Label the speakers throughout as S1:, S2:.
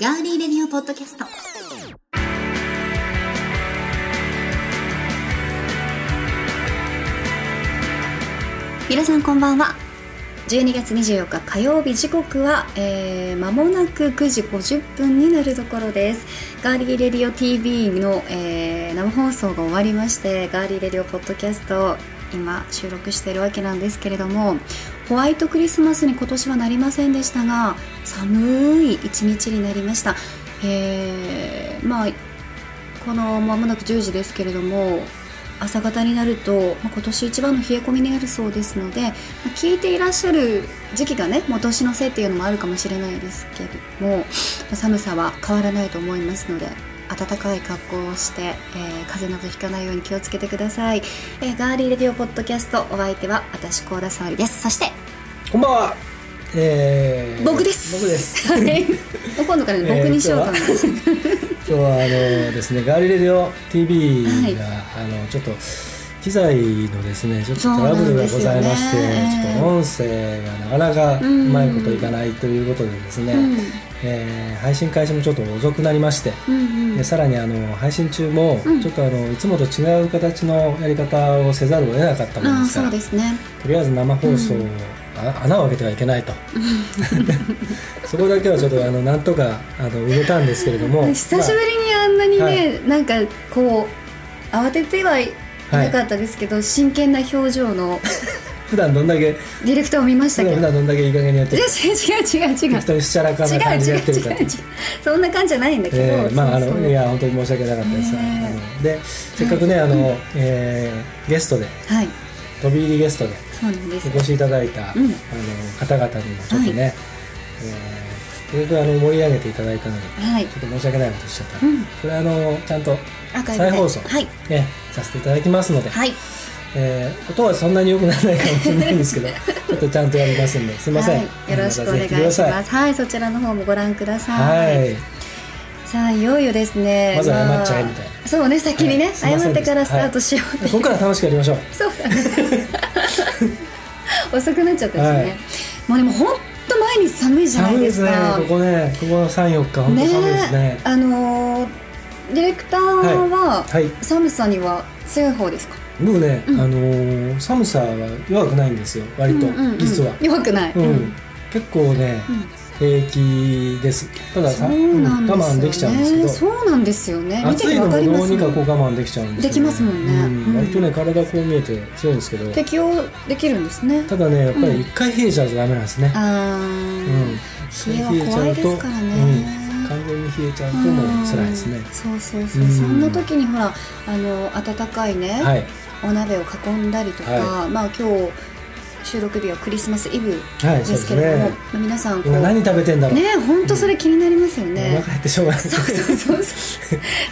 S1: ガーリーレディオポッドキャスト。皆さんこんばんは。12月24日火曜日時刻は、えー、間もなく9時50分になるところです。ガーリーレディオ TV の、えー生放送が終わりまして、ガーリーレディオポッドキャスト今収録しているわけなんですけれども、ホワイトクリスマスに今年はなりませんでしたが、寒い一日になりました。えーまあこのまもなく10時ですけれども朝方になると、まあ今年一番の冷え込みになるそうですので、まあ聞いていらっしゃる時期がねもう年のせいっていうのもあるかもしれないですけれどもまあ寒さは変わらないと思いますので暖かい格好をして、えー風邪などひかないように気をつけてください、えーガーリーレディオポッドキャストお相手は私高田沙織ですそして
S2: こんばんは。えー
S1: 僕です
S2: 僕です。
S1: はい今度からね僕にしようと思います、
S2: 今日はあのですね、ガーリレディオ TV が、あのちょっと機材のですね、ちょっとトラブルがござ
S1: そうなん
S2: いまして、
S1: ですよね
S2: ちょっと音声がなかなか
S1: う
S2: う
S1: ん
S2: まいこといかないということでですね、
S1: うん
S2: えー配信開始もちょっと遅くなりまして。
S1: うんうん
S2: でさらにあの配信中も
S1: うん
S2: ちょっとあのいつもと違う形のやり方をせざるを得なかったも
S1: あ
S2: の
S1: あ
S2: ですか
S1: そ
S2: ら
S1: うですね
S2: とりあえず生放送を、あ穴を開けてはいけない とそこだけはちょっとあのなんとかあの埋めたんですけれども
S1: 久しぶりにあんなにね、
S2: は
S1: なんかこう慌ててはいなかったですけど、真剣な表情の
S2: まあ普段どんだけ
S1: ディレクターを見ました
S2: 普
S1: け
S2: 段普
S1: ど違う
S2: 段どんだけいい加減にやって
S1: 違う違う違う違う違う違う違う
S2: 適当にしちゃらかな感じでやってるか
S1: 違うそんな感じじゃないんだけど、
S2: えーまああ
S1: そうそう
S2: のいや本当に申し訳なかったです、
S1: ねえ
S2: あのでせっかくね、あの、えーゲストで
S1: はい
S2: 飛び入りゲストで
S1: そうなんです
S2: お越しいただいた、
S1: うん
S2: あの方々にもちょっとね、えーいろいろあの盛り上げていただいたので
S1: はい
S2: ちょっと申し訳ないことしちゃった、
S1: うん
S2: これあのちゃんと
S1: アーカイブで
S2: 再放送
S1: はい
S2: ね、させていただきますので、
S1: はい
S2: えー音はそんなに良くならないかもしれないんで すけどちょっとちゃんとやりますんですいません、
S1: はい、よろしくお願いし
S2: またぜひ来てくだ
S1: ます
S2: さい
S1: はいそちらの方もご覧ください、
S2: はい、
S1: さあいよいよですね
S2: まずは謝っちゃえ
S1: まあ
S2: みたいな
S1: そうね先にね、
S2: はいすいませ
S1: 謝
S2: ん
S1: っ
S2: で
S1: て
S2: した
S1: からスタートしようっていう、
S2: ここから楽しくやりましょう
S1: そうだね 遅くなっちゃったしね、
S2: はい
S1: もうでも本当毎日寒いじゃな
S2: 寒
S1: い
S2: い
S1: で
S2: ですすね
S1: か
S2: ここねここの34日本当
S1: ね
S2: 寒いですね
S1: えあのーディレクターは、
S2: はいはい
S1: 寒さには強い方ですか
S2: 僕ね、
S1: うん
S2: あのー寒さは弱くないんですよ割と、
S1: うんうんうん
S2: 実は、
S1: 弱くない、
S2: うん
S1: うん
S2: 結構ね、平気ですたださ、
S1: そうなんですよ、ね
S2: 我慢できちゃうんですけど
S1: そうなんですよね見て
S2: 暑い
S1: て
S2: の
S1: わ
S2: も
S1: かりま
S2: どう
S1: す
S2: にか
S1: も
S2: こうん我慢できちゃうんですよ
S1: できますもんね
S2: うん割と
S1: う
S2: ね
S1: ん
S2: 体こう見えて強いんですけど
S1: 適応できるんですね
S2: ただねやっぱ
S1: うん
S2: り一回冷えちゃうとダメなんですね、
S1: あ
S2: う
S1: ー、
S2: ん、
S1: 冷えは怖いですからね、
S2: うん完全に冷えちゃうともう辛いですね
S1: うん、そうそうそう、
S2: うん
S1: そんな時にほらあの温かいね、
S2: はい
S1: お鍋を囲んだりとか、
S2: は
S1: まあ今日収録日はクリスマスイブ
S2: はい
S1: で
S2: そうですす
S1: けれども、
S2: ね
S1: まあ皆さんこう
S2: 今
S1: ね
S2: 何食べてんだろう、
S1: 本当それ気になりますよ
S2: お
S1: ね
S2: 腹、減ってしょうがない
S1: そうそうそうそう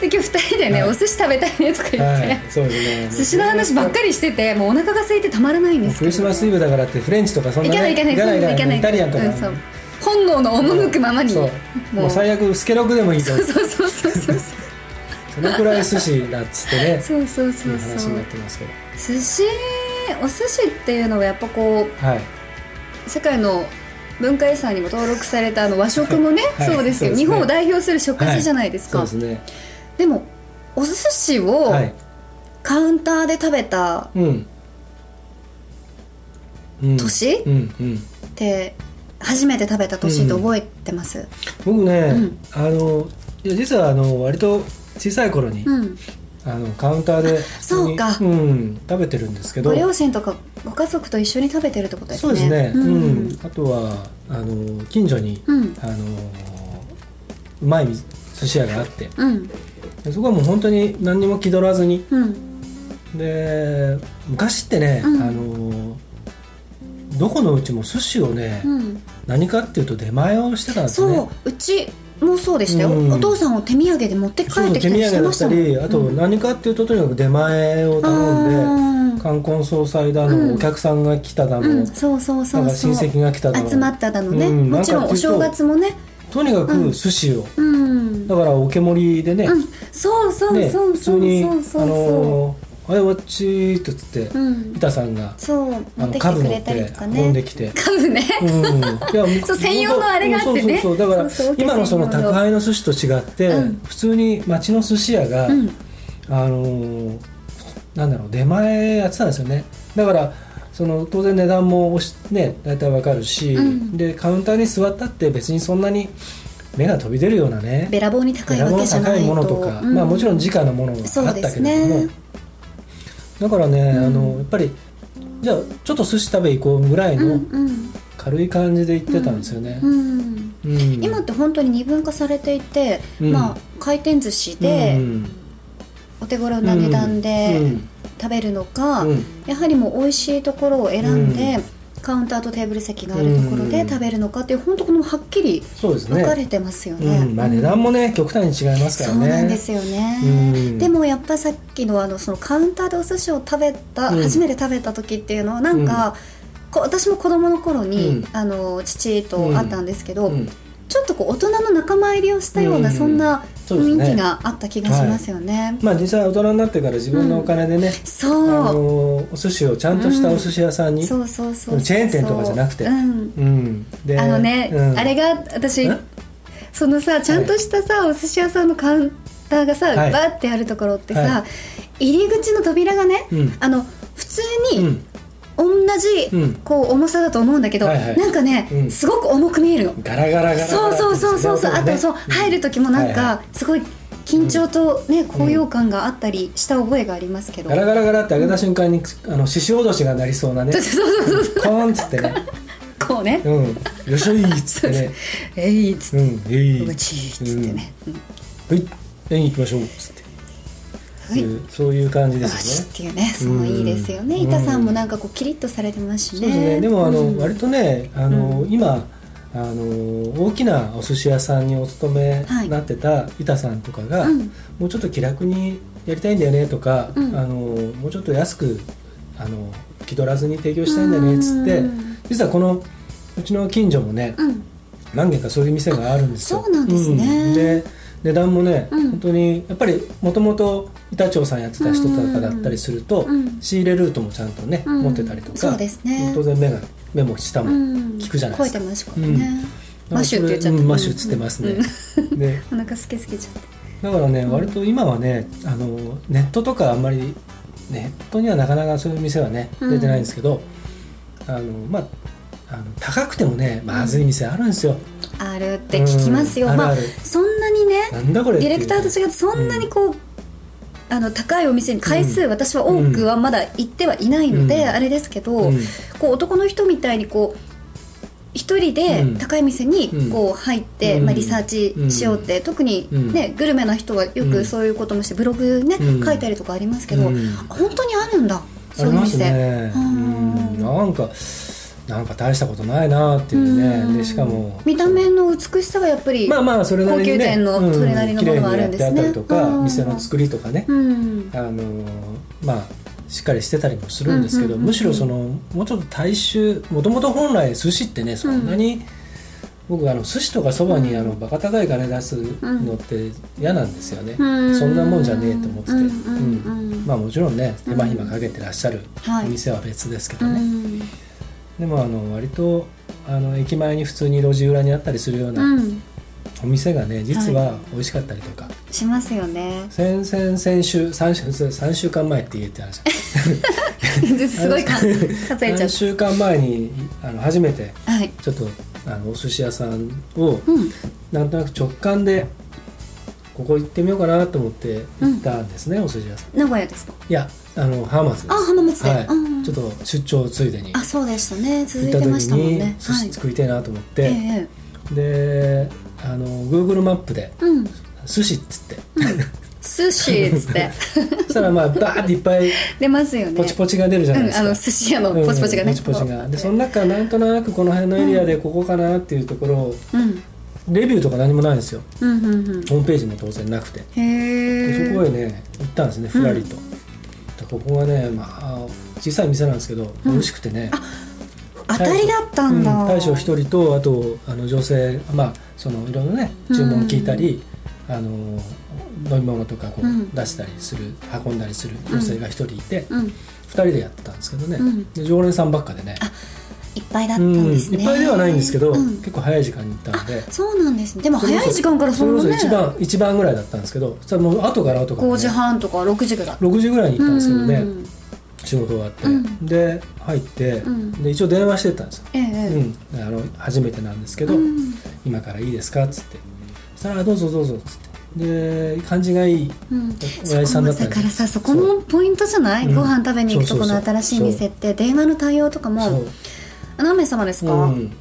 S1: で今日2人でね、
S2: はい
S1: お寿司食べたいねとか言って、
S2: はいそうですね
S1: 寿司の話ばっかりしててもうお腹が空いてたまらないんで
S2: もう
S1: す
S2: ク
S1: けれ
S2: リ
S1: ど
S2: スマスイブだからってフレンチとかそん
S1: い
S2: な
S1: かないいかない
S2: い
S1: いかない
S2: イタリアンとか、
S1: うんそう本能の赴くままに
S2: そう
S1: もう
S2: もう最悪スケロクでもいいと
S1: そうそうそうそうそう
S2: そのくらい寿司だっつってね
S1: そうそうそう
S2: いう話
S1: そ
S2: になっ
S1: う
S2: てますけど
S1: 寿司お寿司っていうのはやっぱこ
S2: はい、
S1: う世界の文化遺産にも登録されたあの和食もね、
S2: はい
S1: そうですよ、
S2: そうですね
S1: 日本を代表する食事じゃないですか、
S2: そうですね
S1: でもお寿司を
S2: はい
S1: カウンターで食べた
S2: うんうん
S1: 年っ
S2: うんうん
S1: て初めて食べた年って覚えてます、
S2: 僕ね、
S1: うん
S2: あのいや実はあの割と小さい頃に、
S1: うん
S2: あのカウンターで
S1: そうか
S2: うん、食べてるんですけど
S1: ご両親とかご家族と一緒に食べてるってことですね
S2: そうですね、う
S1: うんん
S2: あとはあの近所に、
S1: うん
S2: あのうまい寿司屋があって
S1: うん
S2: でそこはもう本当に何にも気取らずに
S1: うん
S2: で昔ってね、
S1: うん
S2: あのどこのうちも寿司をね、
S1: うん
S2: 何かっていうと出前をしてたんですね
S1: そう、うちもそうでしたよ、
S2: うん
S1: お父さんを手土産で持って帰
S2: そ
S1: っ
S2: うそう
S1: て
S2: 手
S1: きたりし
S2: 土産
S1: て
S2: だ
S1: ま
S2: っ
S1: したたもん
S2: りあと
S1: うん
S2: 何かっていうととにかく出前を頼んで、
S1: あー
S2: 冠婚葬祭だの、
S1: うん
S2: お客さんが来ただの、
S1: うん、そうそう
S2: な
S1: そ
S2: ん
S1: う
S2: か
S1: そ
S2: 親
S1: う
S2: 戚が来ただの
S1: 集まっただのね、
S2: うん
S1: もちろんお正月もね
S2: とにか
S1: う
S2: く
S1: ん
S2: 寿司を、
S1: うん、うん、
S2: だからおけもりでね、
S1: そうそう
S2: ね
S1: そう
S2: 普
S1: そ
S2: 通
S1: う
S2: に
S1: そう
S2: あ
S1: そうそう
S2: のー「あれわっち」とつって、
S1: うん
S2: 板さんが
S1: そう持
S2: あ
S1: っ
S2: の
S1: てきて
S2: 株
S1: く
S2: 持
S1: れ
S2: った
S1: り
S2: て
S1: とか
S2: 飲んで
S1: ね
S2: きて。
S1: 株ね
S2: うん、いや
S1: そう専用のあれがあってね
S2: そうそうそうだから
S1: そうそう
S2: 今のその宅配の寿司と違って、
S1: うん
S2: 普通に町の寿司屋が、
S1: うん
S2: あのーなんだろう出前やってたんですよねだからその当然値段もおし、ね、大体わかるし、
S1: うん
S2: でカウンターに座ったって別にそんなに目が飛び出るようなね
S1: べらぼうに高いわけじゃ
S2: 高
S1: ないい
S2: もの
S1: と
S2: とか、まあ、もちろん
S1: 時
S2: 時価のものがあった
S1: そ
S2: けれど
S1: う
S2: も、
S1: ですね
S2: だからね、
S1: ん
S2: あのやっぱりじゃあちょっと寿司食べ行こうぐらい
S1: うん
S2: の
S1: うん
S2: 軽い感じで行ってたんですよね。
S1: うん
S2: うん
S1: 今って本当に二分化されていて、
S2: うん
S1: まあ回転寿司で、
S2: うん
S1: お手頃な値段
S2: う
S1: で
S2: ん
S1: 食べるのか、
S2: うん
S1: やはりもう美味しいところを選んで、
S2: う
S1: カウンターとテーブル席があるところで食べるのかっていう本当このはっきり
S2: そうですね
S1: 分かれてますよね。
S2: うんまあ、値段もね極端に違いますから
S1: そう
S2: ね。
S1: なんですよね、
S2: うん
S1: でもやっぱさっきのあのそのカウンターでお寿司を食べた、
S2: うん
S1: 初めて食べた時っていうのはなんか、こう私も子供の頃に、
S2: うん
S1: あの父と会ったんですけど、
S2: うん
S1: ちょっとこう大人の仲間入りをしたような、
S2: うん
S1: そんな
S2: そうです
S1: 雰
S2: ね
S1: 囲気があった気がしますよね。
S2: まあ実際大人になってから自分のお金でね、
S1: そう、
S2: あのお寿司をちゃんとしたお寿司屋さんに、
S1: そうそうそうそう
S2: チェーン店とかじゃなくて
S1: うん
S2: うんで
S1: あのね、
S2: うん
S1: あれが私
S2: ん
S1: そのさちゃんとしたさ、お寿司屋さんのカウンターがさ、
S2: はい
S1: バーってあるところってさ、
S2: は
S1: 入り口の扉がね、
S2: うん
S1: あの普通
S2: う
S1: に
S2: ん、
S1: 同じ、
S2: うん
S1: こう重さだと思うんだけど、
S2: はいはい
S1: なんかね、
S2: うん
S1: すごく重く見えるの。
S2: ガラガラガラガラ
S1: そうそうそうそうそう、
S2: 音が
S1: あ
S2: ね
S1: とそう入る時もなんか、
S2: はいは
S1: すごい緊張とね、高揚感があったりした覚えがありますけど、
S2: ガラガラガラって上げた瞬間に、あの獅子おどしが鳴りそうなねコーンっつってね
S1: こうね、
S2: うんよっしょいっつってね
S1: えいっつって、
S2: うんえいう
S1: ちーっつってね、うん
S2: はいえい行きましょうっつって、
S1: はい
S2: いうそういう感じで
S1: よ
S2: す
S1: し
S2: よ
S1: っ
S2: ね
S1: ていうねそのいいですよね、
S2: うん
S1: 板さんもなんかこうキリッとされてますしね
S2: そうですねでもあの、
S1: うん
S2: 割とねあの、今あの大きなお寿司屋さんにお勤め
S1: はい
S2: になってた板さんとかが、
S1: うん
S2: もうちょっと気楽にやりたいんだよねとか、
S1: うん
S2: あのもうちょっと安くあの気取らずに提供したいんだよねっつって、
S1: うん
S2: 実はこのうちの近所もね、
S1: うん
S2: 何軒かそういう店があるんですよ
S1: あそうなんですね
S2: うんで値段もね、
S1: うん
S2: 本当にやっぱりもともと板長さんやってた人とかだったりすると、
S1: うん
S2: 仕入れルートもちゃんとね、
S1: うん
S2: 持ってたりとか
S1: そうですね
S2: 当然目が目も下も、
S1: うん
S2: 聞くじゃないです
S1: 超
S2: か
S1: えてますからね、
S2: だから
S1: マッシュって言っちゃっ
S2: それ
S1: た、
S2: うんマッシュっつってますね、で
S1: うんお腹すけすけちゃった
S2: だからね、割と今はねあのネットとかあんまりネットにはなかなかそういう店はね
S1: うん
S2: 出てないんですけど、あのまああの高くてもねまずい店あるんですよ、
S1: あるって聞きますよ、
S2: うん
S1: まあ
S2: あるある
S1: そんなにね
S2: なんだこれ
S1: デ
S2: って
S1: ィ
S2: いう
S1: レクターと違ってそんなにこう、あの高いお店に回数、
S2: うん
S1: 私は多くはまだ行ってはいないので、
S2: うん
S1: あれですけど、
S2: うん
S1: こう男の人みたいにこう一人で
S2: うん
S1: 高い店にこう入って、
S2: うん
S1: まあ、リサーチしようって、特に、
S2: うん
S1: ねグルメな人はよ
S2: う
S1: く
S2: ん
S1: そういうこともしてブログね、
S2: うん
S1: 書いたりとかありますけど、
S2: うん
S1: 本当にあるんだ
S2: あ
S1: そうい
S2: り
S1: う
S2: ます
S1: 店、
S2: ね。う
S1: うん
S2: んなんかなんか大したことないなっていう
S1: う
S2: ね。
S1: ん
S2: でしかも
S1: 見た目の美しさはやっぱり、
S2: まあまあそれなりにね、
S1: 高級店のそれなりのものがあるんですね
S2: 綺麗にやってあったりと
S1: う
S2: か、
S1: ん
S2: 店の作りとかね、
S1: うん
S2: あのーまあしっかりしてたりもするんですけ
S1: うんうん
S2: ど、
S1: うんうん
S2: むしろそのもうちょっと大衆、もともと本来寿司ってねそんなに、僕あの寿司とかそばにあのバカ高い金出すのって嫌なんですよね。
S1: うん
S2: そんなもんじゃねえと思ってて、
S1: うんうんうん
S2: まあもちろんね手間暇かけてらっしゃる
S1: はい
S2: お店は別ですけ
S1: う
S2: どね。
S1: ん
S2: でもあの割とあの駅前に普通に路地裏にあったりするような
S1: うん
S2: お店がね実
S1: は
S2: は美味しかったりとか、
S1: しますよね
S2: 先先先週 3, 週三週間前って言えって話
S1: すごいか数えちゃ
S2: 3
S1: っ
S2: 週間前にあの初めて
S1: たはい、
S2: ちょっとあのお寿司屋さんを
S1: うん
S2: なんとなく直感でここ行ってみようかなと思って行ったんですね、お寿司屋さん
S1: 名古屋ですか
S2: いやあの浜松です
S1: あ浜松で、
S2: はい
S1: うん
S2: ちょっと出張ついでに
S1: あそうでしたね続い
S2: 行ってた
S1: まし
S2: 時
S1: たもん
S2: に
S1: ね
S2: 寿
S1: はい
S2: 司作りたいなと思って、
S1: ええ
S2: であの Google マップで
S1: うん
S2: 寿司っつって、
S1: 寿司っつって
S2: そしたらまあバーっていっぱい
S1: 出ますよね
S2: ポチポチが出るじゃないで
S1: うん、あの
S2: すか、
S1: 寿司屋のポチポチがね、
S2: うんポチポチがでその中なんとなくこの辺のエリアでここかなっていうところを
S1: うん
S2: レビューとか何もないんですよ
S1: うんうんうん
S2: ホームページも当然なくて
S1: へ
S2: で
S1: え
S2: そこへね行ったんですねふらりと、でここがね、まあ、小さい店なんですけど、美味しくてね
S1: 当たりだったんだ、
S2: う大将一人とあとあの女性まあそのいろんなね注文聞いたり、あの飲み物とかこ
S1: うん
S2: う出したりする、運んだりする女性が1人いて、
S1: うん、
S2: 2人でやってたんですけどね、
S1: うん
S2: で常連さんばっかでね
S1: いっぱいだった
S2: うんん、
S1: ですね、
S2: いっぱいではないんですけど、
S1: うん
S2: 結構早い時間に行ったんで
S1: そうなんですねでも
S2: それこ
S1: 早い時間からそんな
S2: それ
S1: ね
S2: こそ一番一番ぐらいだったんですけどそしたらもう後から後から、ね、
S1: 5時半とか6時ぐらい
S2: 6時ぐらいに行ったんですけどね、
S1: うんうんうん
S2: 仕事終わって、
S1: うん
S2: で入って、
S1: うん
S2: で一応電話してたんですよ、
S1: ええ
S2: う
S1: ええ
S2: んであの初めてなんですけど、
S1: うん
S2: 今からいいですか?」っつって「そしたらあどうぞどうぞ」っつってで感じがいい
S1: うん
S2: おやじさんだった
S1: そこもだからさそこ
S2: そう
S1: もポイントじゃない、
S2: うん
S1: ご飯食べに行くと
S2: そう
S1: こ
S2: そうそう
S1: の新しい店って電話の対応とか
S2: そ
S1: も
S2: う
S1: 「何名様ですか
S2: うん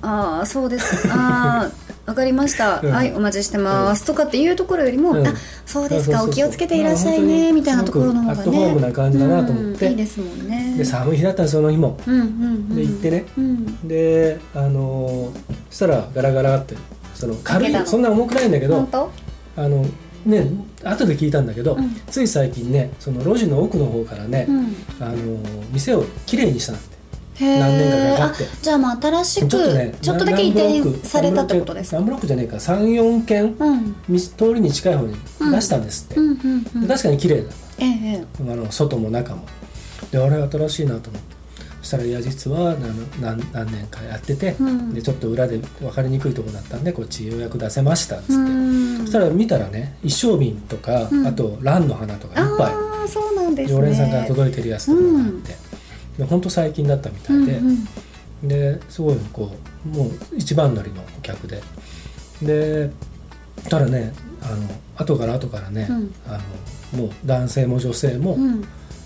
S1: ああそうですああわかりました、
S2: うん
S1: はいお待ちしてます」とかっていうところよりも「
S2: うん
S1: あそうですか
S2: そうそうそう
S1: お気をつけていらっしゃいね」みたいなところの方がね
S2: すごくアットホームな感じだなと思って
S1: うんいいですもんね
S2: で寒い日だったんですその日も
S1: うんうんうん、
S2: で行ってね
S1: うん
S2: であのーそしたらガラガラってその軽
S1: 開けた
S2: い
S1: の
S2: そんな重くないんだけ
S1: 本
S2: ど
S1: 当
S2: あのね後で聞いたんだけど、
S1: うん
S2: つい最近ねその路地の奥の方からね、
S1: うん
S2: あのー店をきれいにしたんだって
S1: へえ
S2: 何年かかかって
S1: あじゃあまあ新しくちょっ,、とだけ移
S2: 何ブロ
S1: 転
S2: ック
S1: されたってことですか
S2: 何ブロックじゃねえか34軒
S1: うん
S2: 道通りに近い方に出したんですって、
S1: うんうんうん
S2: で確かに綺麗だ
S1: ええ
S2: あの外も中もであれ新しいなと思ってそしたら「いや実は何何何年かやってて、
S1: うん
S2: でちょっと裏で分かりにくいとこだったんでこっち予約出せました」っつって、
S1: ええうん
S2: そしたら見たらね一升瓶とか、
S1: うん
S2: あと蘭の花とかいっぱい
S1: ああそうなんですね
S2: 常連さんから届いてるやつとかがあって、でほんと最近だったみたいで、
S1: うんうん
S2: ですごいこうもう一番乗りのお客ででただねあの後から後からね、
S1: うん
S2: あのもう男性も女性も、
S1: うん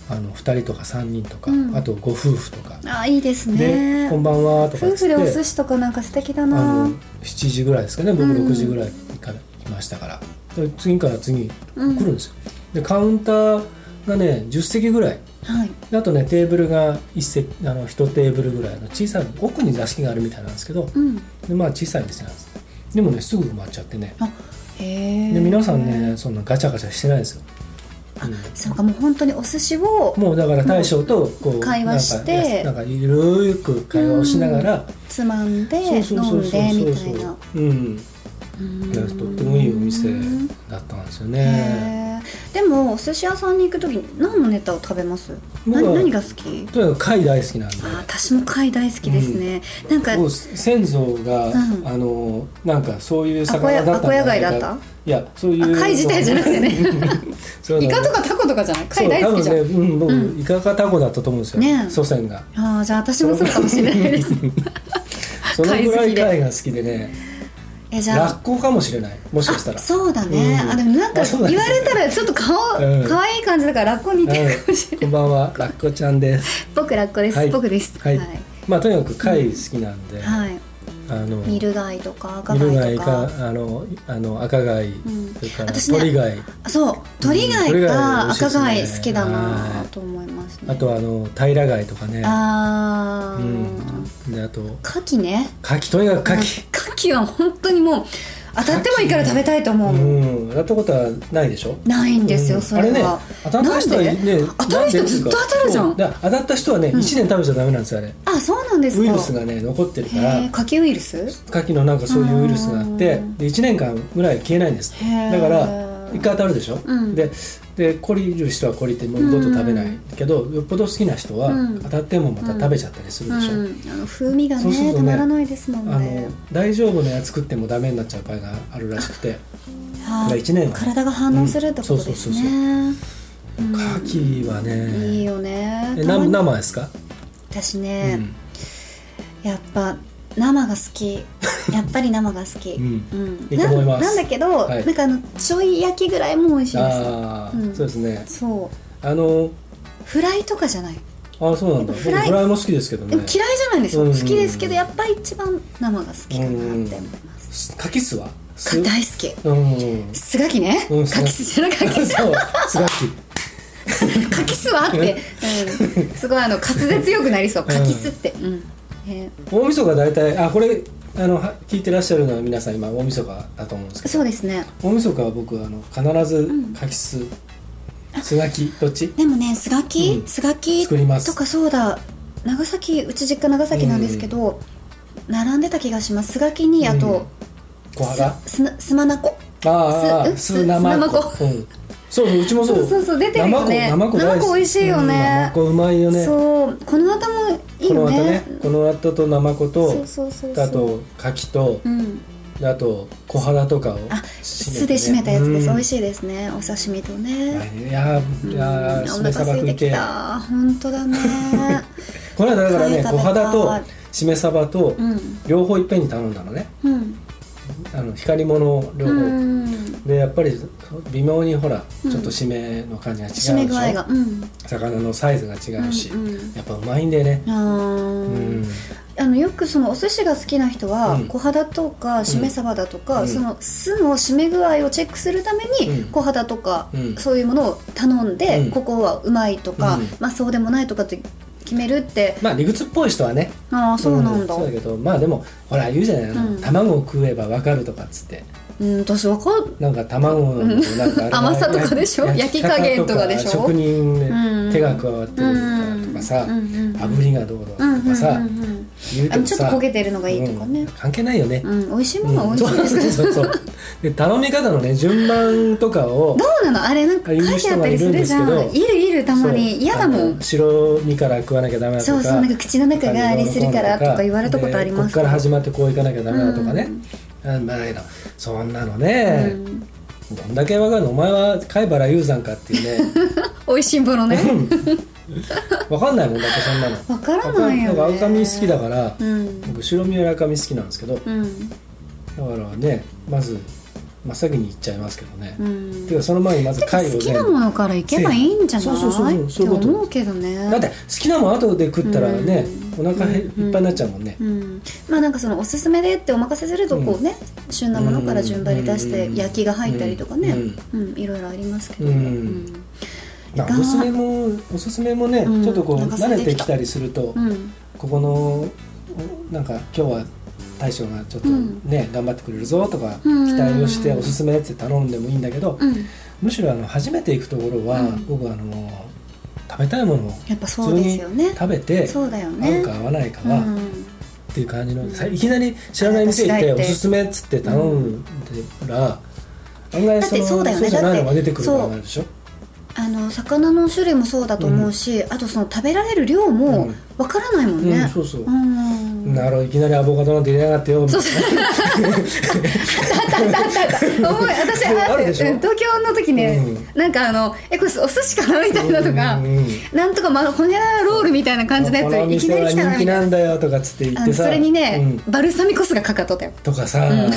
S2: あの2人とか3人とか、
S1: うん
S2: あとご夫婦とか、
S1: ああいいです
S2: で
S1: ね
S2: 「こんばんは」とか
S1: 夫
S2: っ
S1: 婦
S2: つっ
S1: で
S2: て
S1: お寿司とかなんか素敵だ
S2: あ
S1: な
S2: の7時ぐらいですかね僕
S1: うん
S2: 6時ぐらいから来ましたから、で次から次来
S1: うん
S2: るんですよ、でカウンターがね10席ぐらい
S1: はい
S2: であとねテーブルが1席あの1テーブルぐらいの小さい奥に座敷があるみたいなんですけど、
S1: うん
S2: でまあ小さい店なんですでもねすぐ埋まっちゃってね
S1: あへえ
S2: で皆さんねそんなガチャガチャしてないですよ、うん
S1: そうかもう本当にお寿司を
S2: もうだから大将とこう
S1: 会話して
S2: なんかなんかゆるーく会話をしながら、
S1: つまんで飲んでみたいな
S2: うんだ
S1: うん
S2: からとってもいいお店だったんですよね
S1: へーでもお寿司屋さんに行く時に何のネタを食べますな
S2: 僕は
S1: 何が好き
S2: とにかく貝大好きなんで
S1: あ私も貝大好きですね、なんか
S2: もう先祖が、
S1: うん
S2: あのなんかそういう
S1: アコヤ
S2: 魚だったんじゃないか
S1: アコヤ貝だった
S2: いやそういう
S1: あ貝自体じゃなくてね
S2: そういう
S1: イ
S2: の
S1: カとかタコとかじゃない貝大好きじゃん、
S2: そう多分ね、うん、僕、
S1: う
S2: イカかタコだったと思うんですよ、
S1: ねえ
S2: 祖先が
S1: ああじゃあ私もそうかもしれないです
S2: そのぐら
S1: 貝好き
S2: い
S1: で
S2: 貝が好きでね
S1: えじゃ
S2: ラ
S1: あ
S2: ッコかもしれないもしかしたら
S1: あそうだね、
S2: うん
S1: あでもなんか
S2: あ
S1: 言
S2: そうな
S1: わ
S2: んですね
S1: れたらちょっと顔
S2: うん
S1: 可愛い感じだからラッコ似てるかもしれない、
S2: こんばんはラッコちゃんです
S1: 僕ラッコです、
S2: はい
S1: 僕です
S2: はい、
S1: はい、
S2: まあとにかく貝好きなんで、
S1: はい
S2: あの
S1: ミルガイとか赤
S2: ミル
S1: ガイ
S2: 貝
S1: とか
S2: かあのあの赤貝、
S1: ん
S2: それから
S1: 私ね
S2: 鳥貝
S1: あそう鳥
S2: うん
S1: 貝
S2: 鳥
S1: か
S2: 貝美味しい
S1: 赤
S2: ですね
S1: 貝好きだなと思いますね
S2: あとはあの平貝とかね
S1: あー
S2: うん、であと
S1: 牡蠣ね
S2: 牡蠣とにかく
S1: うん
S2: 牡蠣
S1: 牡蠣は本当にもう当たってもいいから食べたいと思う、
S2: うんやったことはないでしょ
S1: ないんですよ、
S2: うん
S1: それ
S2: あね
S1: は
S2: 当たった人は
S1: なんで
S2: ね
S1: 当たる人
S2: なんで
S1: ずっと当たるじゃん
S2: そうだから当たった人はね1年食べちゃダメなんですよあれ
S1: あそうなんですか
S2: ウイルスがね残ってるか
S1: へ
S2: ら
S1: え牡蠣ウイルス
S2: 牡蠣のなんかそういうウイルスがあって
S1: うん
S2: で1年間ぐらい消えないんですって
S1: へー
S2: だから一回当たるでしょ、
S1: うん
S2: でで懲りる人は懲りてもう二度と食べないけど、よっぽど好きな人は
S1: うん
S2: 当たってもまた食べちゃったりす
S1: うん
S2: るでしょ、
S1: あの風味がね
S2: そうすると
S1: た
S2: ね
S1: まらないですもん
S2: あ
S1: ね
S2: の大丈夫なやつ食ってもダメになっちゃう場合があるらしくて
S1: はあ
S2: だから一年は
S1: 体が反応するってこと
S2: うんそ
S1: で
S2: う
S1: す
S2: そうそうそう
S1: ねうん
S2: 牡蠣はね
S1: いいよね
S2: え
S1: たま
S2: 生
S1: に
S2: 生ですか、
S1: 私
S2: う
S1: ね、
S2: ん
S1: やっぱ生が好 きやっぱり生が好き、
S2: うん
S1: うん
S2: いいと思います
S1: なんなんだけど、
S2: はい
S1: なんかあのちょい焼きぐらいも美味しいですよ
S2: ああ、
S1: うん
S2: そうですね
S1: そう
S2: あの
S1: フライとかじゃない
S2: ああそうなんだ
S1: でも
S2: 僕
S1: フ
S2: フ
S1: ライ
S2: ライも好きですけど
S1: でも
S2: ね
S1: 嫌いじゃないんですよ、
S2: うん
S1: 好きですけどやっぱり一番生が好きかなって思います、
S2: す牡蠣酢は
S1: か
S2: 酢
S1: 大好き
S2: うんうん
S1: スガキね、
S2: うん
S1: カキスじゃないカキス
S2: そうすが き
S1: カキスはあって、うん、すごいあの滑舌よくなりそうカキスってうん、ね
S2: 大晦日大体あこれあのは聞いてらっしゃるのは皆さん今大晦日だと思うんですけど
S1: そうですね
S2: 大晦日は僕あの必ずかきす、すがきどっち
S1: でもねスガキ、
S2: うん
S1: スガキ
S2: 作ります
S1: とかそうだ長崎うち実家長崎なんですけど、並んでた気がしますスガキにあと、
S2: 小腹
S1: すすなすまなこ
S2: ああ
S1: す
S2: 酢生子、うん、そうそううちもそ
S1: そ
S2: う
S1: うそうそう出てるよね
S2: 生子生子大好き
S1: 生子美味しいよね
S2: うん生子うまいよね
S1: そうこの後もいい
S2: この
S1: よ
S2: 後ね
S1: ね
S2: この後と生子と
S1: そうそうそうそう
S2: あと柿と
S1: うん
S2: であと小肌とかを
S1: あ
S2: 締
S1: 酢
S2: め
S1: で
S2: てね
S1: 締めたやつです、
S2: うん
S1: 美味しいですねお刺身とね、
S2: いやーいや
S1: う
S2: ー
S1: ん
S2: し
S1: お
S2: め
S1: 腹
S2: 鯖
S1: 空
S2: 食
S1: い
S2: い
S1: てき
S2: て
S1: た本当だね
S2: この間だから
S1: 食
S2: ね
S1: べた
S2: 小肌と
S1: 食べ
S2: しめ鯖と
S1: うん
S2: 両方いっぺんに頼んだのね
S1: うん
S2: あの光り物を両
S1: う
S2: 方、
S1: ん
S2: でやっぱり微妙にほら
S1: うん
S2: ちょっと締めの感じが違うでしょ
S1: 締め具合がうん
S2: 魚のサイズが違うし、
S1: うんうん
S2: やっぱうまいんでね
S1: あ
S2: う
S1: ー
S2: ん
S1: あのよくそのお寿司が好きな人は、
S2: うん
S1: 小肌とかしめ鯖だとか、
S2: うん
S1: その酢の締め具合をチェックするために
S2: うん
S1: 小肌とか、
S2: うん
S1: そういうものを頼んで、
S2: うん
S1: ここはうまいとか、
S2: うん
S1: まあ、そうでもないとかって決めるって
S2: まあ理屈っぽい人はね
S1: ああそうなんだ、
S2: そう
S1: う
S2: だ
S1: ん
S2: けどまあでもほら言うじゃない、あの
S1: うん
S2: 卵を食えばわかるとかっつって
S1: 私わかん
S2: なんか卵のなんかあれ
S1: 甘さとかでしょ焼き加減とかでしょ
S2: 職人で手が加わってる
S1: うん
S2: とかさ、
S1: うんうんうん
S2: 炙りがどうだとかさ、
S1: うんうんうんうん
S2: 言う
S1: あ
S2: け
S1: の
S2: ど
S1: ちょっと
S2: さ
S1: 焦げてるのがいいとか
S2: う
S1: ね
S2: ん、関係ないよね、
S1: うん美味しいものは美味しいです
S2: そうそうそうそうで頼み方のね順番とかを
S1: どうなのあれなんか書いてあったりするじゃ
S2: あ言うん人がいるんです
S1: い
S2: け
S1: るいるたまに嫌だも
S2: あの
S1: ん
S2: 白身から食わなきゃダメだとか
S1: そうそうなんか口の中があれするからとか言われたことあります
S2: でこっから始まってこういかなきゃダメだとかね
S1: う、
S2: あまあだけどそんなの
S1: う
S2: ね、
S1: ん
S2: どんだけわかるのお前は貝原雄山かっていうね
S1: 美味しいものね
S2: わかんないもんだってそんなの
S1: わからないよ
S2: わかんなん
S1: ね
S2: か赤身好きだから、
S1: うん
S2: 僕白身より赤身好きなんですけどだ
S1: う
S2: か
S1: ん
S2: らねまず真っ先に行っちゃいますけどね、
S1: うん
S2: ていうかその前にまず貝を
S1: 好き
S2: 全
S1: な
S2: 部
S1: ものからいけばいいんじゃない
S2: そうそうそうそうそういうこ
S1: っ
S2: と
S1: て思うけどね
S2: だって好きなもん後で食ったらね、お腹へいっぱいになっちゃうもんね、
S1: うん、まあなんかそのおすすめでってお任せするとこうね、旬なものから順張り出して
S2: うん
S1: 焼きが入ったりとかね、
S2: うん
S1: うんいろいろありますけど、
S2: うん
S1: うん
S2: まあおすすめもおすすめもね、
S1: うん
S2: ちょっとこう
S1: お腹
S2: 慣
S1: 空い
S2: れ
S1: て
S2: て
S1: きた
S2: きたりすると、
S1: うん
S2: ここのなんか今日は大将がちょっと
S1: うん
S2: ね、頑張ってくれるぞとか期
S1: うん
S2: 待をしておすすめって頼んでもいいんだけど、
S1: うん
S2: むしろあの初めて行くところは、
S1: うん
S2: 僕はあの食べたいものを
S1: やっぱそ
S2: 普
S1: う
S2: 通
S1: です
S2: に
S1: よね
S2: 食べて、
S1: そうだよね
S2: 合うか合わないか
S1: う
S2: は、っ
S1: ん
S2: ていう感じのさいきなり知らない店行
S1: 私
S2: っ
S1: が
S2: て
S1: 行っ
S2: お
S1: て
S2: すすめっつって頼んでたら、案外
S1: だっ
S2: そ
S1: て
S2: の
S1: そうだよね
S2: じゃないの
S1: だ
S2: が
S1: って
S2: 出てくる場合もあるでしょ
S1: あの魚の種類もそうだと思うし、あとその食べられる量
S2: う
S1: も
S2: ん
S1: わからないもんね、
S2: うんそうそう
S1: うん
S2: なるほどいきなりアボカドなんて入れやがってよみたいな
S1: あったあったあったあった思い私
S2: そう
S1: あ
S2: あるでしょ
S1: うん東京の時ね、なんかあのえこれお寿司かなみたいなとか、
S2: うんうん
S1: なんとかまあほにゃららロールみたいな感じの
S2: こ
S1: や
S2: の
S1: ついき
S2: 店
S1: なり
S2: は
S1: 来たな
S2: 人気
S1: みたい
S2: な
S1: なん
S2: だよとかっつって言っ
S1: あ
S2: て
S1: の
S2: さ
S1: それにね、
S2: うん
S1: バルサミコ酢がかかっとった よ、
S2: と かさ、な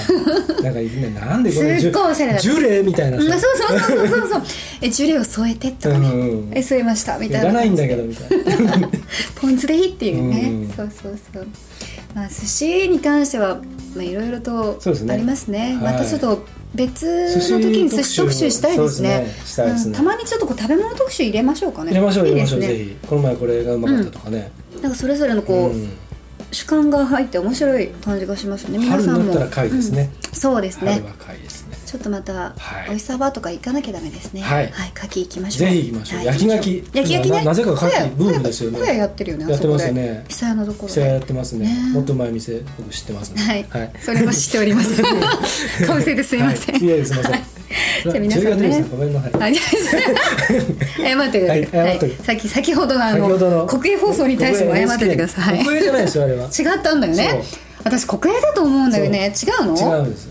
S2: んかいいねなんでこれ
S1: すっごいおしゃれだった
S2: ジュレみたいな
S1: うん、そう
S2: さ
S1: そうそうそうそうえジュレを添えてとかね、
S2: うんうんうん
S1: え添えましたみ
S2: い
S1: たいな
S2: らないんだけどみたいな
S1: ポン酢でいいっていうね、
S2: うん
S1: そうそうそうまあ寿司に関してはまあいろいろと
S2: そうですね
S1: ありますね
S2: はい
S1: またちょっと別の時に寿
S2: 寿
S1: 司特
S2: 司特集
S1: 集したいですね
S2: そうですねしたいですね
S1: うんたまにちょっとこう食べ物特集入れましょうかね
S2: 入れましょう
S1: いい
S2: 入
S1: で
S2: れましょ
S1: す
S2: う
S1: ね
S2: ぜひこの前これがうまかったとかね、
S1: なんかそれぞれのこう、
S2: うん
S1: 主観が入って面白い感じがしますね皆
S2: 春
S1: さん
S2: にな
S1: も
S2: ったら貝ですね、
S1: うんそうですね
S2: 春は貝ですね
S1: ちょっとまた、
S2: はい
S1: おいさばとか行かなきゃダメですね。
S2: はい
S1: はい、牡蠣行きましょう。
S2: ぜひ行きましょう、
S1: はい
S2: 焼きガキ
S1: 焼きガキ
S2: 今
S1: ね。
S2: ななぜか牡
S1: 小屋
S2: 蠣ブームですよね
S1: 小屋やってるよね。
S2: やってますよね
S1: あそこで久屋のところ
S2: そ
S1: で。
S2: れやってますね
S1: ね
S2: もっと前店僕知ってますね
S1: はい、それも知っております。 かぶせてすいません。
S2: はい、いえすみません、
S1: はいじゃあ皆さんね
S2: 10月ですごめんなさい
S1: あいや 謝ってください。
S2: はい謝っとく
S1: さっき先ほどのあ
S2: 先ほどの
S1: の国営放送に対しても謝っててください。
S2: 国営じゃないですよあれは
S1: 違ったんだよね。私国営だと思うんだよね。違うの？
S2: 違うんです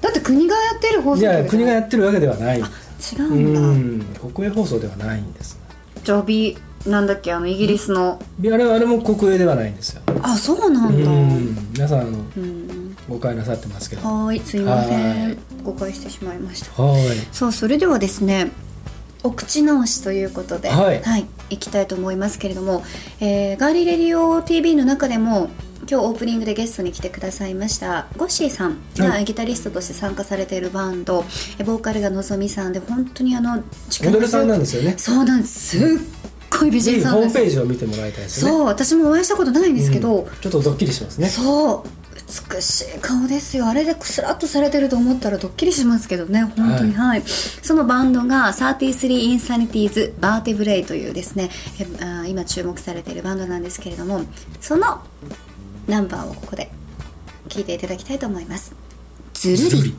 S1: だって国がやってる放送
S2: いや
S1: 局じゃ
S2: 国が
S1: ない
S2: やってるわけではない
S1: 違
S2: う
S1: うんだ。
S2: ん国営放送ではないんです
S1: ジョビなんだっけあのイギリスの。
S2: いやあれはあれも国営ではないんですよ
S1: あそうな
S2: うん
S1: だ。うん
S2: ん皆さんあの誤解なさってますけどは
S1: はーいすいませ
S2: は
S1: ん誤解してしまいました。
S2: ーい
S1: さあそれではですねお口直しということで、
S2: はい
S1: 行きたいと思いますけれども、えーガーリーレディオ TV の中でも今日オープニングでゲストに来てくださいましたゴッシーさんが、
S2: はい
S1: ギタリストとして参加されているバンドえボーカルがのぞみさんで本当にあの
S2: モデルさんなんですよね
S1: そうなんですすっごい美
S2: ぜ
S1: 人
S2: ひ
S1: さ
S2: ホ
S1: ん
S2: ー
S1: で
S2: ム
S1: す
S2: ページを見てもらいたいですね
S1: そう私もお会いしたことないんですけど、
S2: うんちょっとドッキリしますね
S1: そう美しい顔ですよあれでくすらっとされてると思ったらドッキリしますけどね本当にはい、そのバンドが33インサニティーズバーテブレイというですねえあー今注目されているバンドなんですけれどもそのナンバーをここで聞いていただきたいと思いますずるり
S2: ずるり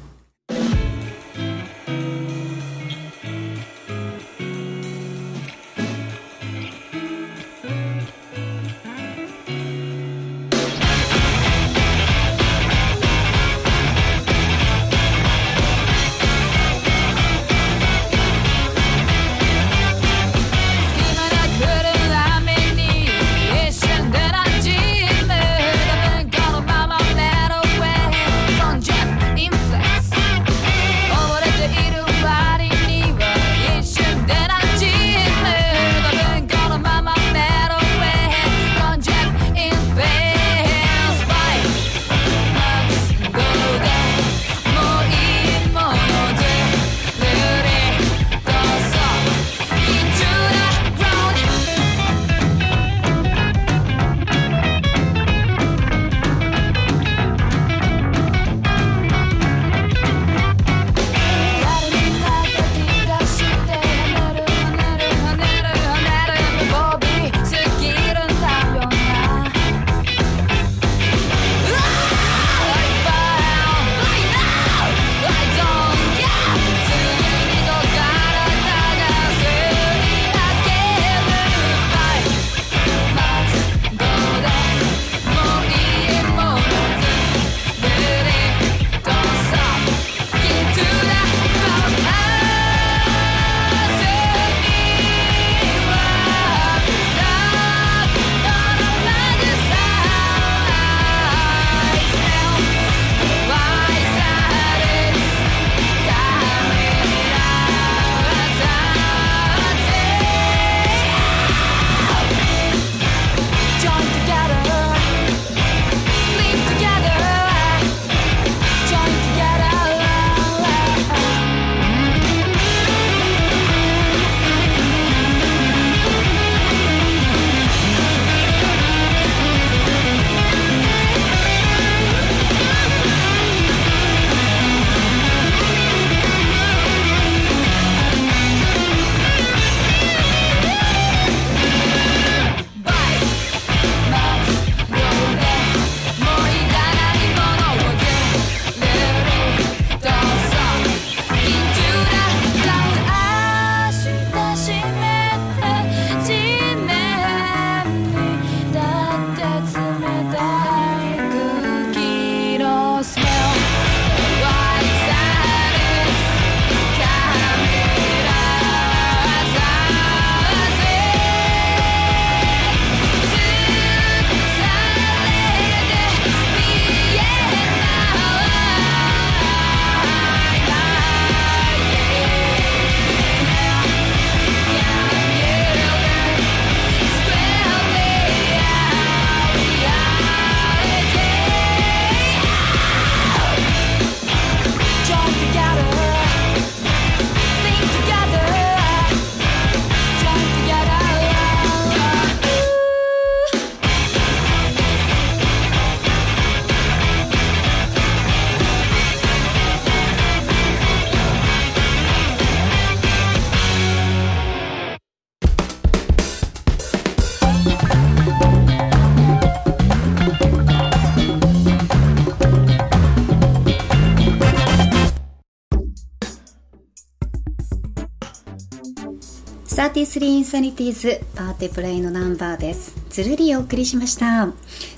S1: 33インサニティーズパーティープレイのナンバーですずるりお送りしました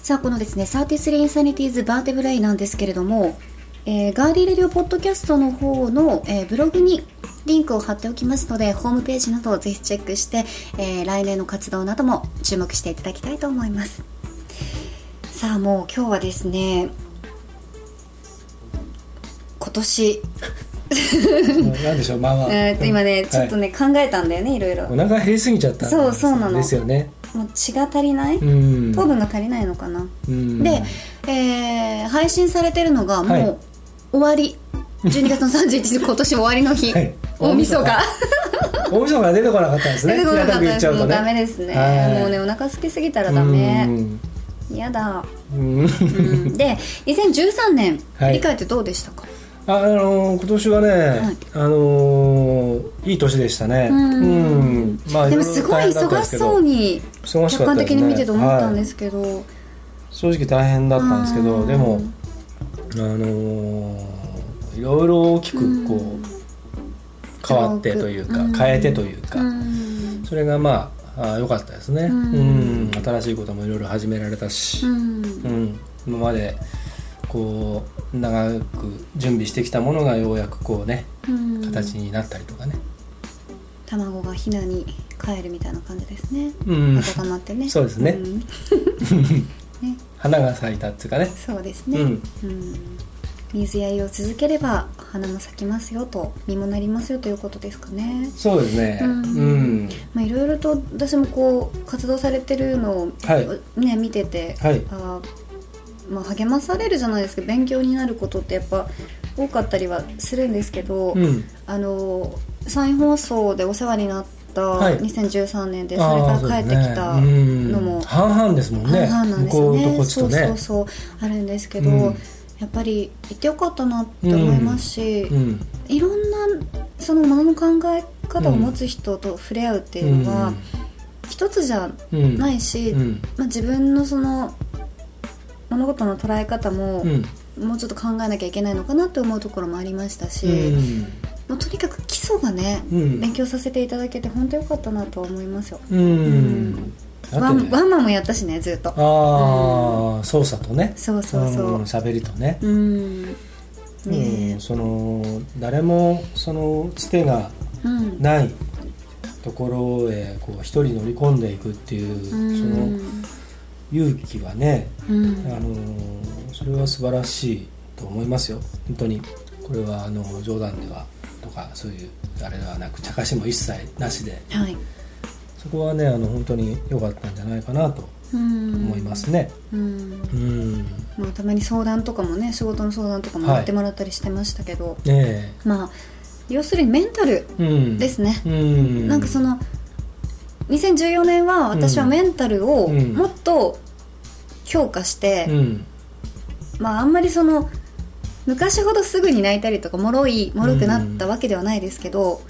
S1: さあこのですね33インサニティーズバーティープレイなんですけれども、えー、ガーリーレディオポッドキャストの方の、えーブログにリンクを貼っておきますのでホームページなどをぜひチェックして、えー来年の活動なども注目していただきたいと思いますさあもう今日はですね今年、
S2: なんでしょうまあまあ、
S1: えーっと今ね、ちょっと
S2: ね、
S1: ね、考えたんだよねいろいろ
S2: はいお腹減りすぎちゃったんです
S1: そうそうなの
S2: ですよね
S1: もう血が足りない、
S2: うん
S1: 糖分が足りないのかな、
S2: うん
S1: で、えー配信されてるのがもう、
S2: はい
S1: 終わり12月の31日 今年終わりの日、
S2: はい
S1: 大晦日
S2: 大晦日が出てこなかったんですね
S1: 出てこな かった
S2: 平たく言
S1: で
S2: っち
S1: す
S2: ゃう
S1: も
S2: と
S1: う
S2: ね
S1: ダメですね、
S2: はい
S1: もうねお腹空きすぎたらダメやだ、
S2: うんう
S1: う
S2: ん
S1: ん、 で2013年
S2: はい
S1: 振り返ってどうでしたか、
S2: ああのー今年はね、
S1: い
S2: あのーいい年でしたね。
S1: うん
S2: うんまあ
S1: でもすごい忙しそう
S2: に
S1: に
S2: 忙し
S1: 客
S2: かった
S1: 観
S2: です
S1: 的
S2: ね
S1: に見てて思ったんで
S2: は
S1: すけど、
S2: い正直大変だったんですけ
S1: う
S2: ど、
S1: ん
S2: でもあのーいろいろ大きくこう、
S1: うん
S2: 変わってというか、
S1: うん
S2: 変えてというか、
S1: うん
S2: それがまああ良かったですね。
S1: うん
S2: うん新しいこともいろいろ始められたし。
S1: うん
S2: うん、今までこう長く準備してきたものがようやくこうね
S1: うん
S2: 形になったりとかね、
S1: 卵がヒナに帰るみたいな感じですね
S2: うん、
S1: 温まってね
S2: そうですね
S1: ん
S2: 花が咲いたっていうかね
S1: そうですね、
S2: うん
S1: うん水やりを続ければ花も咲きますよと実もなりますよということですかね
S2: そうですね
S1: う
S2: うんん、
S1: まあいろいろと私もこう活動されてるのを、
S2: はい
S1: ね見てて、
S2: はい
S1: あーまあ、励まされるじゃないですけど勉強になることってやっぱ多かったりはするんですけど、
S2: うん
S1: あの再放送でお世話になった
S2: はい
S1: 2013年で、
S2: あー
S1: そ
S2: そ
S1: れ
S2: う
S1: から
S2: で
S1: 帰っ
S2: す
S1: てき
S2: ね
S1: たの
S2: う
S1: も
S2: ん半々ですもんね
S1: 半々なんですよ
S2: 向こうと
S1: ね
S2: こっちとね
S1: そうそうそうあるんですけど、
S2: うん
S1: やっぱり行ってよかったなって思いますし、
S2: うん
S1: いろんなそのものの考え方を持つ人と触れ合うっていうのは、一つじゃ
S2: うん
S1: ないし、
S2: うん
S1: まあ、自分のその物事の捉え方も
S2: う、ん
S1: もうちょっと考えなきゃいけないのかなって思うところもありましたし、
S2: うん
S1: もうとにかく基礎がね、
S2: うん
S1: 勉強させていただけて本当良かったなと思いますよ。
S2: うん
S1: ワ
S2: だって
S1: ンワ
S2: ね
S1: ンマンもやったしねずっと。
S2: ああ操作とね
S1: そうそうそうん
S2: 喋りとね、
S1: うんね
S2: う
S1: え
S2: ん、その誰もそのつてが
S1: うん
S2: ないところへこう一人乗り込んでいくってい
S1: う
S2: うその
S1: ん
S2: 勇気はね、
S1: うん
S2: あのーそれは素晴らしいと思いますよ本当にこれはあの冗談ではとかそういうあれではなく茶化しも一切なしで
S1: はい
S2: そこはねあの本当に良かったんじゃないかなと思
S1: 思
S2: いますね。
S1: うん
S2: うん、
S1: まあ、たまに相談とかもね仕事の相談とかも
S2: はい
S1: やってもらったりしてましたけど、
S2: ね
S1: まあ要するにメンタル
S2: えうん、
S1: ですね、
S2: うん、
S1: なんかその2014年は私はメンタルを
S2: うん
S1: もっと強化して、
S2: うん、
S1: まああんまりその昔ほどすぐに泣いたりとかもろいもろくなったわけではないですけど、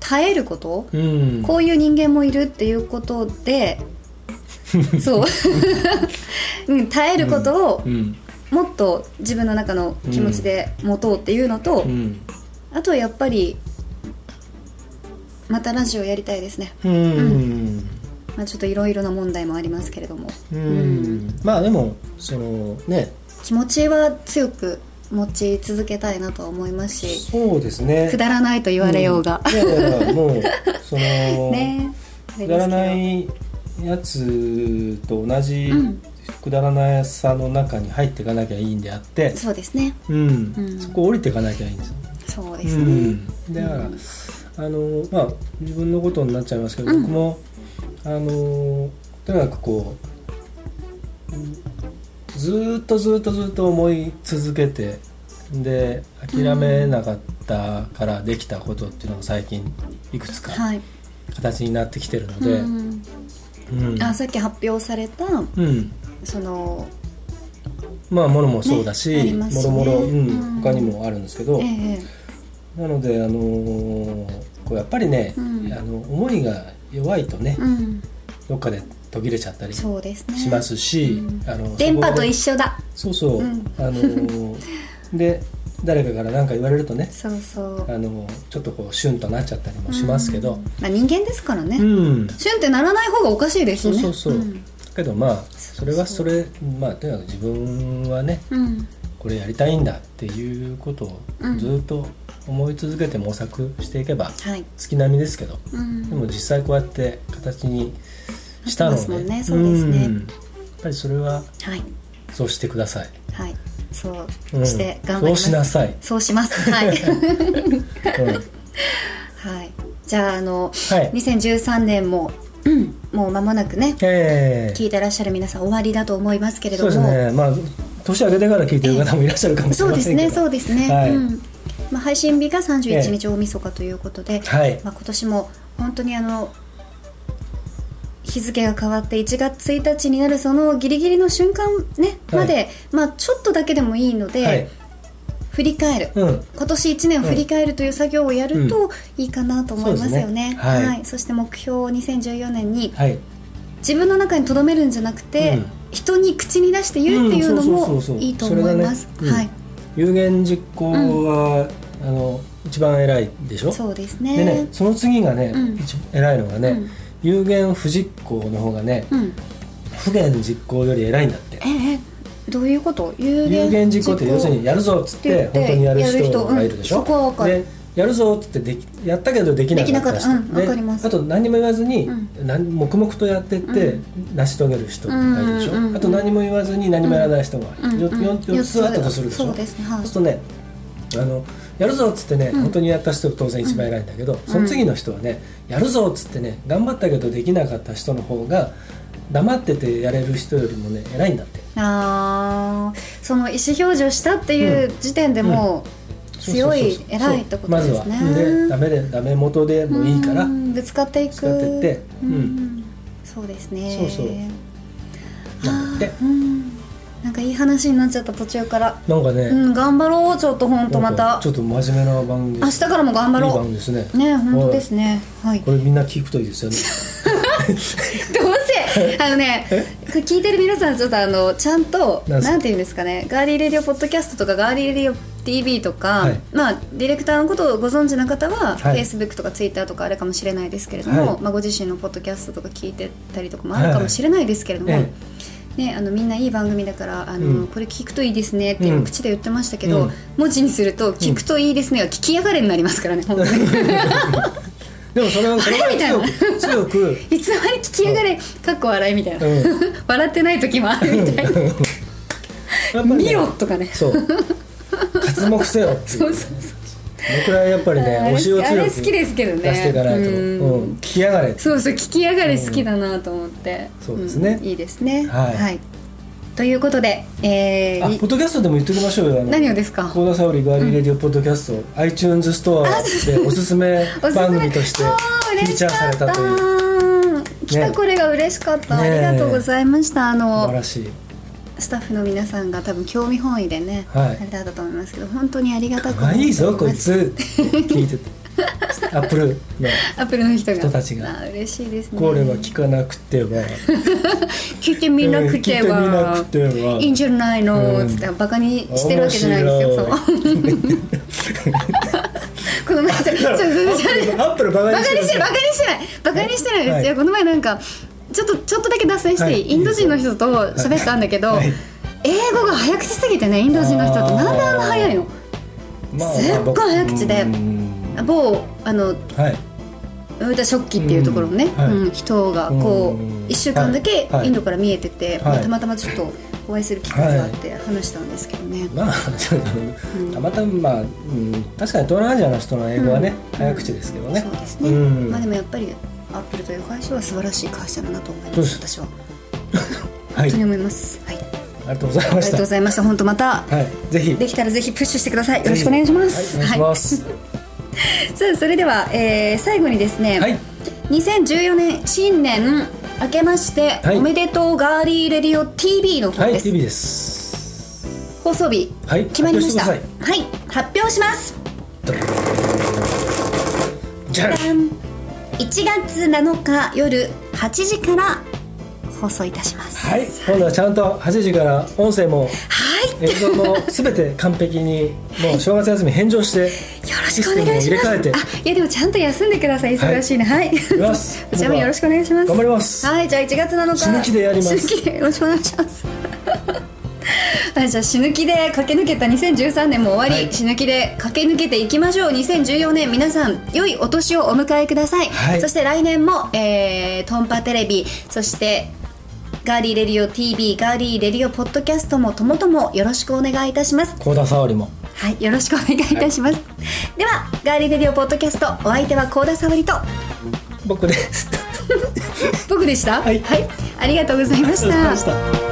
S1: 耐えること
S2: うん、
S1: こういう人間もいるっていうこと でそう、うん、耐えることを
S2: うん
S1: もっと自分の中の気持ちで持とうっていうのと、
S2: うん
S1: あとはやっぱりまたラジオやりたいですね、
S2: うん
S1: まあ、ちょっといろいろな問題もありますけれども、
S2: う
S1: うん
S2: んまあでもそのね
S1: 気持ちは強く持ち続けたいなとは思いますし
S2: そうですね
S1: くだらないと言われようが、
S2: んいやいやいやもうその、
S1: ねあれ
S2: く
S1: ですけど
S2: だらないやつと同じ、
S1: うん
S2: くだらないさの中に入っていかなきゃいいんであって、
S1: そうですね
S2: うん
S1: うん
S2: そこ降りていかなきゃいいんですよ。
S1: そうですね、
S2: うん、だから、
S1: うん
S2: あのまあ自分のことになっちゃいますけど、
S1: うん
S2: 僕もあのとにかくこううんずーっとずーっとずーっと思い続けてで諦めなかったからできたことっていうのが最近いくつか
S1: はい、
S2: 形になってきてるので、うん
S1: うん、あさっき発表された
S2: うん
S1: その
S2: まあものもそうだし,、
S1: ねあります
S2: も
S1: ね
S2: ろもろ、うん
S1: うん
S2: 他にもあるんですけど、
S1: ええ
S2: なので、あのーこうやっぱりね、
S1: うん
S2: あの思いが弱いとね、
S1: うん、
S2: どっかで途切れちゃったりし
S1: そうですね
S2: ますし、
S1: うん
S2: あの
S1: 電波と一
S2: 緒
S1: 緒だ
S2: そうそう、
S1: うん
S2: あのーで誰かから何か言われるとね
S1: そうそう
S2: あのちょっとこうシュンとなっちゃったりもしますけ
S1: う
S2: ど
S1: んまあ、人間ですからね、
S2: うん、
S1: シュンってならない方がおかしいです
S2: そう
S1: ね
S2: そうそう、
S1: ん
S2: けどまあそれはそれまあとにかく自分はね
S1: うん
S2: これやりたいんだっていうことを
S1: うん
S2: ずっと思い続けて模索していけば
S1: はい、
S2: 月並みですけど
S1: うん、
S2: でも実際こうやって形にしたの
S1: なってますも
S2: で
S1: んねそうですね
S2: んやっぱりそれは
S1: はい
S2: そうしてください、
S1: はいそう
S2: うん
S1: して頑張ります、
S2: そうしなさい、
S1: そうしますはい、
S2: うんは
S1: はい、じゃああの
S2: い
S1: 2013年も、うん、もう間もなくね
S2: え
S1: 聞いてらっしゃる皆さん終わりだと思いますけれ
S2: ー、
S1: ど
S2: そう
S1: も
S2: ですねまあ年明けてから聞いてる方もいらっしゃるかもしれ
S1: そう
S2: ま
S1: で
S2: せ
S1: す
S2: んけ
S1: ね
S2: ど、
S1: そうですね、
S2: はい
S1: うんまあ、配信日が31
S2: え
S1: 日大晦日ということで、
S2: はい
S1: まあ、今年も本当にあの日付が変わって1月1日になるそのギリギリの瞬間、ね
S2: は
S1: ま
S2: い
S1: で、まあ、ちょっとだけでもいいので、
S2: はい
S1: 振り返る、
S2: うん
S1: 今年1年を振り返るという作業をやる
S2: う
S1: といいかなと思いますよね。
S2: そうですねはい
S1: そして目標を2014年に
S2: はい
S1: 自分の中に留めるんじゃなくて、
S2: うん
S1: 人に口に出して言うっていうの
S2: うんそうそう
S1: も
S2: そうそう
S1: いいと思います。
S2: それが
S1: は
S2: ね
S1: い、
S2: 有言実行は、あの一番偉いでしょ
S1: そうです
S2: でね
S1: ね。
S2: その次がね、
S1: うん
S2: 一偉いのがね、
S1: うん
S2: 有言不実行の方がね
S1: うん、
S2: 不言実行より偉いんだって
S1: ええどういうこと？有
S2: 有言実行って要するにやるぞっつっ
S1: って
S2: て
S1: 言って
S2: 本当にやる
S1: やる人
S2: 人がいるでし
S1: うん
S2: ょ、
S1: そこはわかる
S2: でやるぞっつってできやったけどできなかっ
S1: でき
S2: た人
S1: なかったうん
S2: で
S1: わかります
S2: あと何も言わずに、
S1: う
S2: なん黙々とやってって成し遂げる人がいるでしょ、
S1: うんうんうん
S2: あと何も言わずに何もやらない人がい
S1: う
S2: る、
S1: んうん
S2: 4, つあったとするでしょ
S1: そうですね。は
S2: そう
S1: い
S2: す。るとねあのやるぞっつってね、
S1: ん
S2: 本当にやった人が当然一番偉いんだけど、その次の人はねやるぞっつってね頑張ったけどできなかった人の方が黙っててやれる人よりもね偉いんだって
S1: ああ、その意思表示をしたっていう時点でもう強い
S2: そうそうそう
S1: 偉いってことで
S2: そう
S1: す
S2: まずはでダ
S1: ね。
S2: メでダメ元でもいいから、
S1: うんぶつかっていく。
S2: ぶつかってって
S1: う
S2: うん
S1: ん、そうですね。
S2: そうそうなんだって
S1: うんなんかいい話になっちゃった途中から。
S2: なんかね、
S1: うん、頑張ろうちょっと本当ま
S2: なん
S1: た
S2: かちょっと真面目な番組
S1: 明日からも頑張
S2: いい番
S1: ろ
S2: 組ですね
S1: う。ね本当ですね。はい。
S2: これみんな聞くといいですよね
S1: どうせあのね聞いてる皆さんちょっとあのちゃんと
S2: なんすか
S1: なんていうんですかねガーリーレディオポッドキャストとかガーリーレディオ TV とか、
S2: はい
S1: まあディレクターのことをご存知の方は、
S2: はい
S1: Facebook とか Twitter とかあれかもしれないですけれども、
S2: はい
S1: まあご自身のポッドキャストとか聞いてたりとかもあるかもしれないですけれども、
S2: はいはいえ
S1: ねあのみんないい番組だからあの、
S2: うん
S1: これ聞くといいですねって今
S2: うん
S1: 口で言ってましたけど、
S2: うん
S1: 文字にすると聞くといいですねが聞きやがれになりますからね本当に
S2: でもそれはそれ
S1: あれみたい
S2: は
S1: な
S2: 強く強く、
S1: いつの間に聞きやがれかっこ笑いみたいな、
S2: うん、
S1: 笑ってない時もあるみたいな。
S2: やっぱりね
S1: 見ろとかね。
S2: そう。活目せよっていう。
S1: そうそう
S2: このくらいやっぱり
S1: あれ
S2: ね、押しを
S1: あ
S2: 強
S1: れ
S2: く
S1: 好きですけどね
S2: 出していかないと、
S1: う
S2: うんん、聞きやがれ。
S1: そうそう聞きやがれ好きだなと思って。
S2: んそうですね
S1: んいいですね。
S2: はい
S1: ということで、え
S2: あ、ポ
S1: ーい
S2: ッドキャストでも言っておきましょうよ。あの
S1: 何をですか。
S2: 高田沙織ガーリーレディオポッドキャスト、iTunes ストアでおすすめ
S1: おすすめ
S2: 番組としてフ
S1: あ
S2: ィーチャーされたという素
S1: 嬉しかった来たこれが嬉しかった、
S2: ね
S1: ありがとうございましたあ
S2: 晴
S1: の
S2: らしい。
S1: スタッフの皆さんが多分興味本位でね、
S2: はい
S1: あれだったと思いますけど本当にありがたく
S2: まあいいぞこい
S1: ア
S2: つ。聞いてて。アップルの
S1: ップルの人が
S2: 人たちが
S1: あ嬉しいですね
S2: これは聞かなくては。
S1: 聞いてみなくては、
S2: うん聞いてみなくてはい
S1: いんじゃないの、
S2: うん
S1: つってバカに してるわけじゃないですよそう
S2: 面
S1: この前ちょちょっとちょっと
S2: アップルバカ
S1: バカ
S2: に
S1: に
S2: して
S1: して
S2: る
S1: ないバカにしてないバカにしてないです、
S2: はい
S1: いやこの前なんかちょっとちょっとだけ脱線していい、
S2: はい
S1: インド人の人と喋ったんだけど、
S2: はい
S1: 英語が早口すぎてねインド人の人ってなんであんな早いの
S2: まあまあ
S1: すっごい早口で
S2: うん
S1: 某あの
S2: はい。
S1: ウータ食器っていうところのね、
S2: うんはい
S1: うん人がこ
S2: うん
S1: う1週間だけ
S2: はい
S1: インドから見えてて、
S2: はい
S1: たまたまちょっとお会いする機会があって話したんですけどね、
S2: まあ、ちょっとたまたま、まあうん、確かに東南アジアの人の英語はね、早口ですけどね。
S1: そうですね、
S2: うん
S1: まあでもやっぱりアップルという会社は素晴らしい会社だなと思い
S2: そ
S1: ま
S2: うですす
S1: 私は
S2: は
S1: 本
S2: い、
S1: 当に思います、はい、
S2: ありがとうござい
S1: あ
S2: ま
S1: りが
S2: し
S1: とうご
S2: た。
S1: ざいました本当また
S2: はい、ぜひ。
S1: できたらぜひプッシュしてくださいよろしくお願いします
S2: はい、お願いします。
S1: はいさあそれでは、えー最後にですね、
S2: はい、
S1: 2014年新年明けまして、
S2: はい
S1: おめでとうガーリーレディオ TV の方
S2: は
S1: で
S2: い、
S1: す、
S2: TV です。
S1: 放送日、
S2: はい
S1: 決まりましたは
S2: 発
S1: い
S2: 表して
S1: 発表します
S2: じゃあ、
S1: ダン1月7日夜8時から放送いたします
S2: はい、今度はちゃんと8時から音声も
S1: ははい
S2: 映像 も全て完璧にもう正月休み返上して
S1: よろしくお願いし
S2: システムを入れ
S1: ます
S2: 替えて
S1: あいやでもちゃんと休んでください忙しいのはい、
S2: います
S1: こちらもよろしくお願いします
S2: 頑張ります
S1: はいじゃあ1月7日
S2: 死ぬ気でやります
S1: 死ぬ気でよろしくお願いします はいじゃあ死ぬ気で駆け抜けた2013年も終わり、
S2: はい
S1: 死ぬ気で駆け抜けていきましょう2014年皆さん良いお年をお迎えください、
S2: はい
S1: そして来年も、えー、トンパテレビそしてガーリーレディオ TV ガーリーレディオポッドキャストもともともよろしくお願いいたします
S2: 幸田沙織も
S1: はいよろしくお願いいたします、ではガーリーレディオポッドキャストお相手は幸田沙織と
S2: 僕です
S1: 僕でした
S2: はい
S1: ありがとうございまし
S2: ありがとうござ
S1: た
S2: いました